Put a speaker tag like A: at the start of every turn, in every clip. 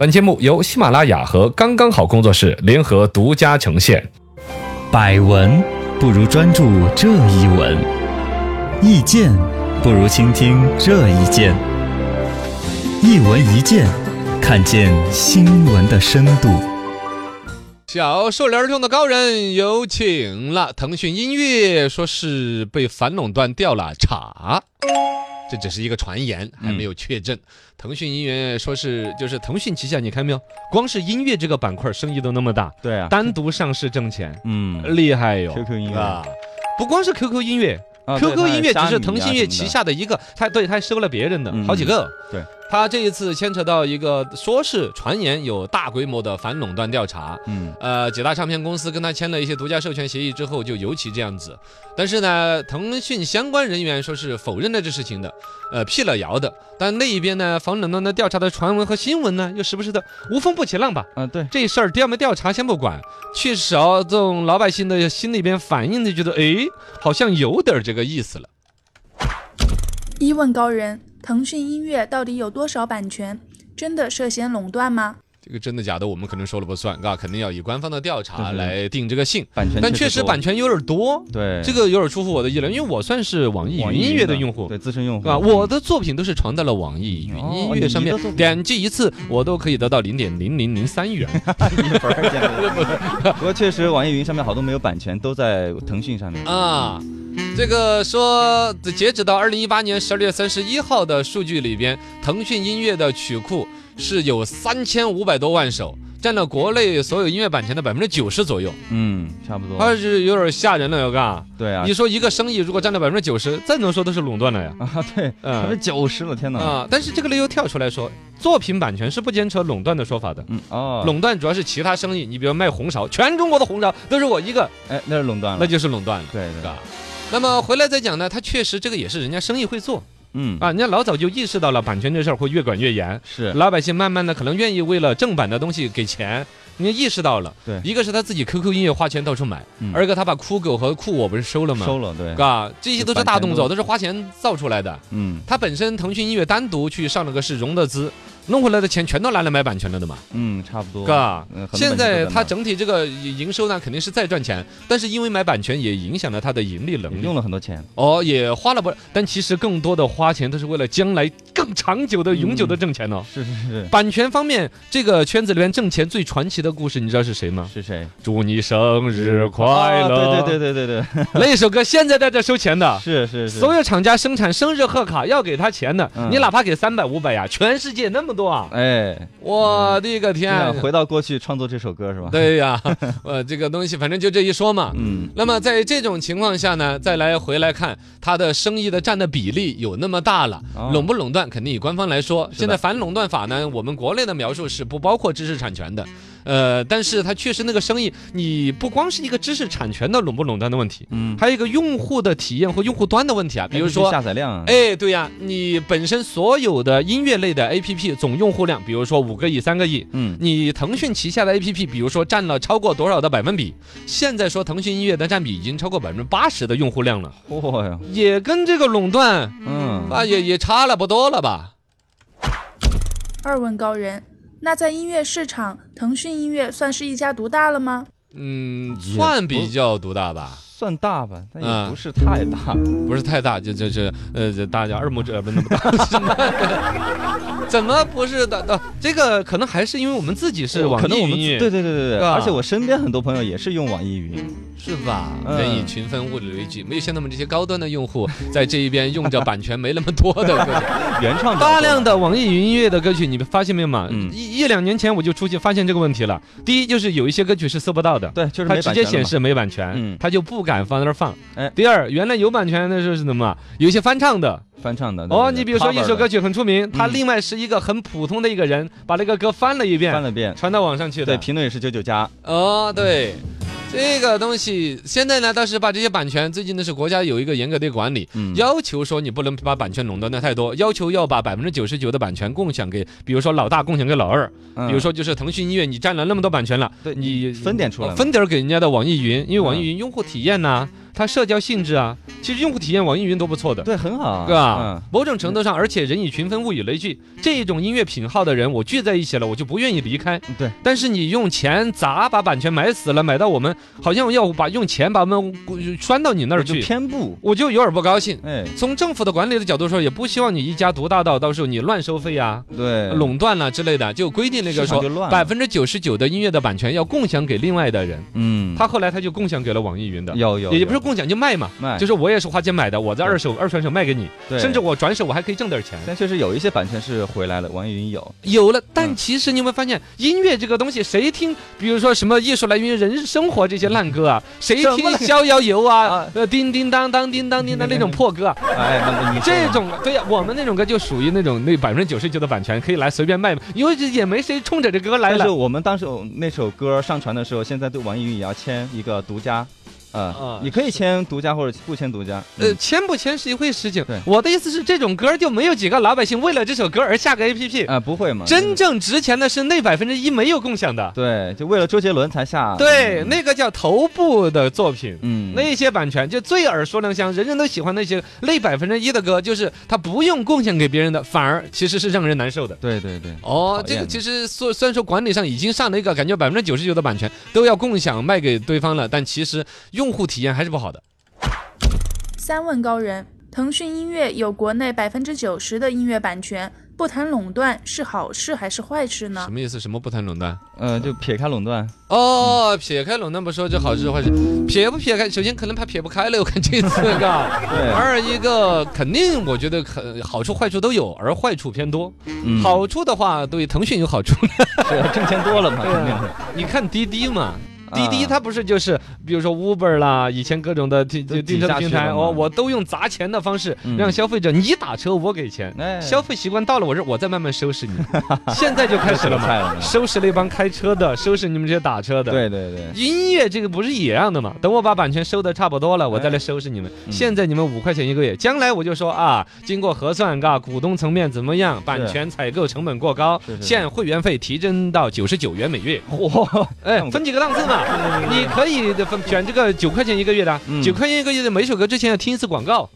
A: 本节目由喜马拉雅和刚刚好工作室联合独家呈现。
B: 百闻不如专注这一闻，意见不如倾听这一见。一闻一见，看见新闻的深度。
C: 小树林儿中的高人有请了。腾讯音乐说是被反垄断掉了查，这只是一个传言，还没有确证。
A: 嗯
C: 腾讯音乐说是就是腾讯旗下，你看没有？光是音乐这个板块生意都那么大，
B: 对啊，
C: 单独上市挣钱，
B: 嗯
C: 厉害哟
B: ，QQ 音乐
C: 啊！不光是 QQ 音乐
B: 啊对
C: ，QQ 音乐
B: 它
C: 只是
B: 是虾米啊
C: 腾讯音乐
B: 什么的
C: 旗下的一个，它对它还收了别人的
B: 嗯
C: 好几个。
B: 对，
C: 它这一次牵扯到一个说是传言有大规模的反垄断调查，
B: 嗯
C: 呃，几大唱片公司跟他签了一些独家授权协议之后，就尤其这样子。但是呢，腾讯相关人员说是否认了这事情的，呃，辟了谣的。但那一边呢，防垄断的调查的传闻和新闻呢，又时不时的无风不起浪吧。
B: 啊，对，
C: 这事儿调没调查先不管，去少这种老百姓的心里边反应的，觉得哎，好像有点这个意思了。
D: 一问高人，腾讯音乐到底有多少版权？真的涉嫌垄断吗？
C: 这个真的假的，我们可能说了不算，啊，肯定要以官方的调查
B: 对对对
C: 来定这个性。
B: 版权
C: 但确实
B: 多
C: 版权有点多，
B: 对
C: 这个有点出乎我的意料，因为我算是网易
B: 网
C: 云
B: 易
C: 音乐的
B: 云
C: 用户，
B: 对资深用户
C: 啊，我的作品都是传到了网易云
B: 哦
C: 音乐上面
B: 你的作，品
C: 点击一次我都可以得到零点零零零三元。
B: 一本儿见 了不过确实网易云上面好多没有版权，都在腾讯上面。
C: 啊。这个说，截止到二零一八年十二月三十一号的数据里边，腾讯音乐的曲库是有三千五百多万首，占了国内所有音乐版权的百分之九十左右，
B: 嗯，差不
C: 它
B: 多。
C: 是有点吓人了，有嘎。
B: 对啊
C: 啊你，说一个生意如果占了百分之九十，再能说都是垄断了呀。
B: 啊对，百分之
C: 嗯
B: 九十了，天哪！
C: 啊，但是这个类又跳出来说，作品版权是不坚持垄断的说法的。
B: 嗯哦，
C: 垄断主要是其他生意，你比如卖红苕，全中国的红苕都是我一个，
B: 哎，那是垄
E: 啊
B: 断了
C: 那。啊就是垄断了，
B: 对
C: 是
B: 对，
C: 吧？那么回来再讲呢，他确实这个也是人家生意会做
B: 嗯
C: 啊，人家老早就意识到了版权这事儿会越管越严，
B: 是
C: 老百姓慢慢的可能愿意为了正版的东西给钱，人家意识到了，
B: 对
C: 一个是他自己 QQ 音乐花钱到处买
B: 嗯，
C: 二一个他把酷狗和酷我不是收了吗？
B: 收了，对，
C: 啊，这些都是大动作，
B: 就
C: 都
B: 版权都
C: 是花钱造出来的。
B: 嗯
C: 他本身腾讯音乐单独去上了个市融的资，弄回来的钱全都拿来买版权了的嘛，
B: 嗯，差不多。
C: 嘎。
B: 嗯，很多
C: 啊现
B: 本地
C: 在
B: 都
C: 它
B: 那
C: 整体这个营收呢，肯定是在赚钱，但是因为买版权也影响了它的盈利
B: 也
C: 能
B: 用
C: 力。
B: 了很多钱，
C: 哦，也花了不，但其实更多的花钱都是为了将来更长久的、永久的挣钱哦。
B: 是是是
C: 版权方面，这个圈子里面挣钱最传奇的故事，你知道是谁吗？
B: 是谁？
C: 祝嗯你生日快乐！
B: 啊对 对对对对对，
C: 对，那首歌现在在这收钱的，
B: 是是是，
C: 所有厂家生产生日贺卡要给他钱的，
B: 嗯
C: 你哪怕给三百、五百呀，全世界那么多啊！
B: 哎，
C: 我的个
B: 这
C: 天！啊
B: 样回到过去创作这首歌是吧？，
C: 对 呀，呃，这个东西反正就这一说嘛。
B: 嗯
C: 那么在这种情况下呢，再来回来看它的生意的占的比例有那么大了
B: 哦，
C: 垄不垄断肯定以官方来说。
B: 的
C: 现在反垄断法呢，我们国内的描述是不包括知识产权的，呃，但是它确实那个生意，你不光是一个知识产权的垄不垄断的问题，
B: 嗯，
C: 还有一个用户的体验和用户端的问题啊，比如
B: APP
C: 说。
B: 下载量，，
C: 哎，对呀、你本身所有的音乐类的 APP 总用户量，比如说五个亿、三个亿，
B: 嗯
C: 你腾讯旗下的 APP，比如说占了超过多少的百分比？现在说腾讯音乐的占比已经超过百分之八十的用户量了，
B: 嚯哟，
C: 也跟这个垄断
B: 嗯，
C: 啊也也差了不多了吧？
D: 二问高人，那在音乐市场，腾讯音乐算是一家独大了吗？
C: 嗯，
B: 也
C: 算
B: 不
C: 比较独大吧，
B: 算大吧，但也
C: 嗯
B: 不是太大，
C: 不是太大，就就是呃，这大家二拇指呃不那么大，什么 怎么不是的？的这个可能还是因为我们自己是网
B: 可能
C: 易
B: 我们
C: 云音
B: 对
C: 乐，
B: 对对对对，
C: 是吧
B: 而且我身边很多朋友也是用网易云，
C: 是吧？
B: 嗯
C: 人以群分，物以类聚，没有像他们这些高端的用户在这一边用着版权没那么多 的各种。
B: 原创比较多
C: 大量的网易云音乐的歌曲，你们发现没有嘛？
B: 嗯
C: 一一两年前我就出现发现这个问题了。第一就是有一些歌曲是搜不到的，
B: 对，就是
C: 它
B: 没
C: 直
B: 版
C: 接
B: 权了
C: 显
B: 嘛
C: 示没版权，
B: 嗯
C: 它就不敢放那儿放。
B: 哎
C: 第二，原来有版权的时候是什么？啊有一些翻唱的
B: 翻唱的
C: 哦，你比如说一首歌
B: 曲
C: 曲很出名，他
B: 嗯
C: 另外是一个很普通的一个人把那个歌翻了一
B: 翻
C: 遍，
B: 了遍，
C: 传到网上去
B: 对，
C: 的。
B: 评论也是九九加，
C: 哦，对。这个东西现在呢，倒是把这些版权，最近呢是国家有一个严格的管理，
B: 嗯，
C: 要求说你不能把版权垄断的太多，要求要把百分之九十九的版权共享给，比如说老大共享给老二，
B: 嗯
C: 比如说就是腾讯音乐你占了那么多版权了，
B: 对
C: 你哦
B: 分点出来嘛，
C: 分点儿给人家的网易云，因为网易
B: 嗯
C: 云用户体验呐、它社交性质啊，其实用户体验网易云都不错的。
E: 对，很好啊，
C: 对吧
E: 嗯？？
C: 某种程度上，而且人以群分，物以类聚，这种音乐品号的人，我聚在一起了，我就不愿意离开。
E: 对，
C: 但是你用钱砸把版权买死了，买到我们好像要把用钱把我们拴到你那儿
E: 就
C: 去，
E: 偏不，
C: 我就有点不高兴。
E: 哎，
C: 从政府的管理的角度说，也不希望你一家独大到到时候你乱收费呀、
E: 对，
C: 垄断了之类的，就规定那个
E: 市场
C: 说
E: 就乱
C: 百
E: 了，
C: 分之九十九的音乐的版权要共享给另外的人。
E: 嗯，
C: 他后来他就共享给了网易云的，
E: 有有，
C: 也
E: 有
C: 不是共享就卖嘛，
E: 卖，
C: 就是我也是花钱买的，我在
E: 对
C: 二手二传手卖给你，
E: 对
C: 甚至我转手我还可以挣点钱。
E: 但确实有一些版权是回来了，网易云有，
C: 有了，但
E: 嗯
C: 其实你会发现，音乐这个东西，谁听，比如说什么艺术来源于人生活这些烂歌 啊，谁
E: 什么
C: 听
E: 烂
C: 逍遥游啊
E: 啊，
C: 呃，叮叮当当，叮当叮当那种破 歌啊，
E: 哎，那你说
C: 这种对呀、我们那种歌就属于那种那百分之九十九的版权可以来随便卖，因为也没谁冲着这歌来
E: 但是
C: 了。
E: 我们当时有那首歌上传的时候，现在对网易云也要签一个独家，呃
C: 啊，
E: 你可以签独家或者不签独家，
C: 呃，
E: 嗯
C: 签不签是一回事情
E: 对，
C: 我的意思是，这种歌就没有几个老百姓为了这首歌而下个 APP，
E: 啊，不会嘛，
C: 真正值钱的是那百分之一没有共享的，
E: 对，就为了周杰伦才下，
C: 对，
E: 嗯
C: 那个叫头部的作品。
E: 嗯，
C: 那些版权就最耳熟能详，人人都喜欢那些那百分之一的歌，就是它不用贡献给别人的，反而其实是让人难受的。
E: 对对对，
C: 哦
E: 讨，厌
C: 这个其实虽虽然说管理上已经上了一个感觉百分之九十九的版权都要共享卖给对方了，但其实用户体验还是不好的。
D: 三问高人，腾讯音乐有国内百分之九十的音乐版权，不谈垄断是好事还是坏事呢
C: 什？么意思？什么不谈垄断？
E: 呃，就撇开垄断，
C: 哦，撇开垄断不说，这好事坏事，撇不撇开？首先可能怕撇不开了，我看这次个。
E: 对，
C: 二一个肯定，我觉得可好处坏处都有，而坏处偏多。
E: 嗯
C: 好处的话，对腾讯有好处。
E: 是挣钱多了嘛，肯定是。
C: 你看滴滴嘛，啊
E: 啊
C: 滴滴它不是就是，比如说 Uber 啦，以前各种的订
E: 都
C: 就订车的
E: 挤下去
C: 平台
E: 了嘛
C: 哦，我都用砸钱的方式
E: 嗯
C: 让消费者你打车我给钱，
E: 哎
C: 消费习惯到了我这儿我再慢慢收拾 你，现在就开始了
E: 菜
C: 嘛，
E: 了嘛，
C: 收拾那帮开车的，收拾你们这些打车的。
E: 对对对，
C: 音乐这个不是也一样的嘛？等我把版权收的差不多了，我再
E: 嗯哎
C: 来收拾你们。
E: 嗯
C: 现在你们五块钱一个月，将来我就说啊，经过核算，嘎，股东层面怎么样？版权采购成本过高
E: 是，是是
C: 现会员费提升到九十九元每月。
E: 嚯，
C: 哎
E: 那，我
C: 分几个档次嘛，你可以的分选这个九块钱一个月的啊
E: 嗯，
C: 九块钱一个月的每首歌之前要听一次广 告，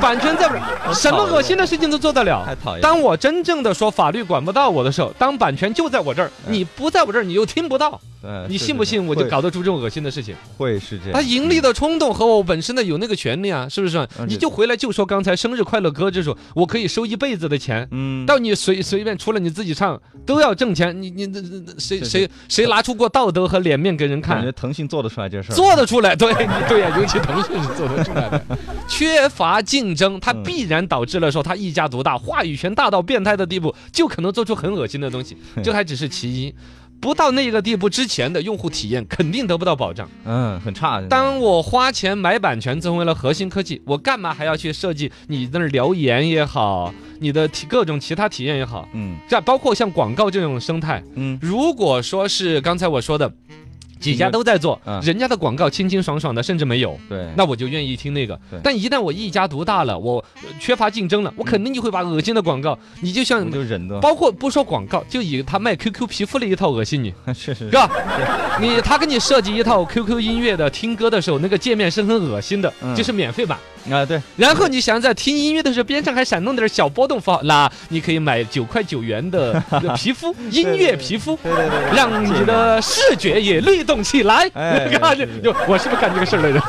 C: 版权在不了，什么恶心的事情都做得了
E: 太。讨厌了。
C: 当我真正的说法律管不到我的时候，当版权就在我这儿，
E: 嗯
C: 你不在我这儿，你又听不到，
E: 呃
C: 你
E: 是
C: 信不
E: 是
C: 信？我就
E: 会
C: 搞哎得出这种恶心的事情。
E: 会是这
C: 他
E: 样，
C: 盈利的冲动和我本身的有那个权利啊，是不是？
E: 嗯
C: 你就回来就说刚才生日快乐歌这首，我可以收一辈子的钱，
E: 嗯，
C: 到你随随便除了你自己唱都要挣钱，你你这这这谁
E: 是是
C: 谁谁拿出过道德和脸面给人
E: 感
C: 看
E: 觉？腾讯做得出来这事儿，
C: 做得出来，对 你对呀、尤其腾讯是做得出来的。缺乏竞争，它
E: 嗯
C: 必然导致了说它一家独大，话语权大到变态的地步，就可能做出很恶心的东西。这还只是其一，不到那个地步之前的用户体验肯定得不到保障。
E: 嗯，很差。现在
C: 当我花钱买版权成为了核心科技，我干嘛还要去设计你那儿留言也好，你的体各种其他体验也好？
E: 嗯
C: 这包括像广告这种生态，
E: 嗯，
C: 如果说是刚才我说的，几家都在做
E: 嗯，
C: 人家的广告清清爽爽的，甚至没有。
E: 对，
C: 那我就愿意听那个
E: 对，嗯
C: 但一旦我一家独大了，我呃缺乏竞争了，我肯定就会把恶心的广告，你就像
E: 我就忍的，
C: 包括不说广告，就以他卖 QQ 皮肤那一套恶心你，
E: 是是
C: 是 吧？你他给你设计一套 QQ 音乐的听歌的时候，那个界面是很恶心的，
E: 嗯
C: 就是免费版。
E: 是啊，对，
C: 然后你想在听音乐的时候，边上还闪动点小波动符号，那你可以买九块九元的皮 肤音乐皮肤，
E: 对对对，
C: 让你的视觉也律动起来。
E: 哎
C: 看
E: 是是
C: 就我是不是干这个事儿来着？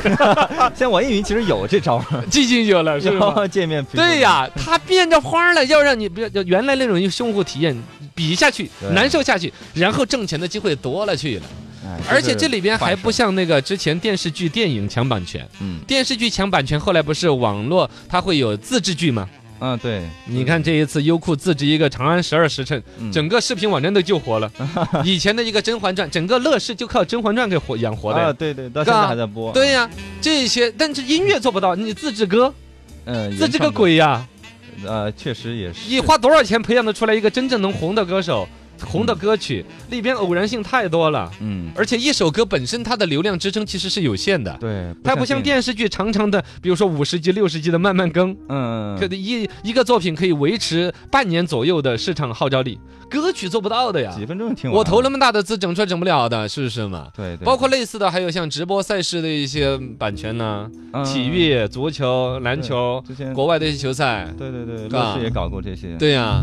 E: 现在网易云其实有这招儿，
C: 寂静有 了是 吧？
E: 有界面屏幕
C: 对， 呀，它变着花儿了，要让你不要就原来那种用户体验比下去，
E: 对
C: 难受下去，然后挣钱的机会多了去了。
E: 哎
C: 而且这里边还不
E: 是
C: 像那个之前电视剧、电影抢版权，
E: 嗯
C: 电视剧抢版权后来不是网络它会有自制剧吗？
E: 嗯对，
C: 你看这一次优酷自制一个《长安十二时辰》，
E: 嗯
C: 整个视频网站都救活 了。以前的一个《甄嬛传》，整个乐视就靠《甄嬛传》给活养活的
E: 啊
C: 呀。
E: 对对，到现在还在播，
C: 对呀、这些，但是音乐做不到，你自制歌，
E: 嗯，
C: 自制个
E: 原创歌，
C: 鬼呀、
E: 呃，确实也是，
C: 你花多少钱培养得出来一个真正能红的歌手、红的歌曲？里边偶然性太多了，
E: 嗯，
C: 嗯而且一首歌本身它的流量支撑其实是有限的。
E: 对，
C: 它不像
E: 电，
C: 电视剧长长的，比如说五十集、六十集的慢慢更，
E: 嗯，
C: 可一一个作品可以维持半年左右的市场号召力。歌曲做不到的呀。
E: 几分钟就听完了。
C: 我投那么大的资，整出来整不了的，是不是嘛？
E: 对对，
C: 包括类似的，还有像直播赛事的一些版权呢，
E: 嗯
C: 体育、足球、篮球，
E: 之前
C: 国外的一些球赛。
E: 嗯对对对，
C: 是吧
E: 乐视也搞过这些。
C: 对呀、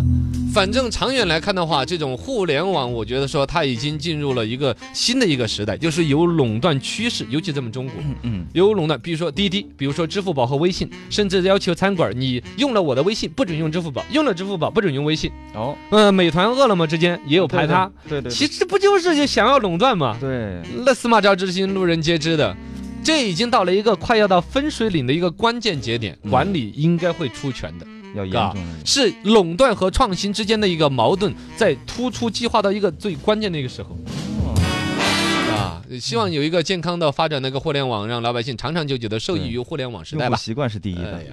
C: 反正长远来看的话，这种互联网，我觉得说它已经进入了一个新的一个时代，就是有垄断趋势，尤其咱们中国
E: 嗯，
C: 有垄断，比如说滴滴，比如说支付宝和微信，甚至要求餐馆你用了我的微信不准用支付宝，用了支付宝不准用微信。
E: 哦，
C: 嗯，美团、饿了么之间也有排他，
E: 对对，对
C: 其实不就是想要垄断吗？
E: 对，
C: 那司马昭之心，路人皆知的。这已经到了一个快要到分水岭的一个关键节点，
E: 嗯
C: 管理应该会出拳的，
E: 要严
C: 嘎
E: 重的。
C: 是垄断和创新之间的一个矛盾在突出激化到一个最关键的一个时候
E: 哦
C: 啊！希望有一个健康的发展的一个互联网，让老百姓长长久久的受益于互联网时代
E: 用户
C: 吧。
E: 习惯是第一的
C: 哎。呀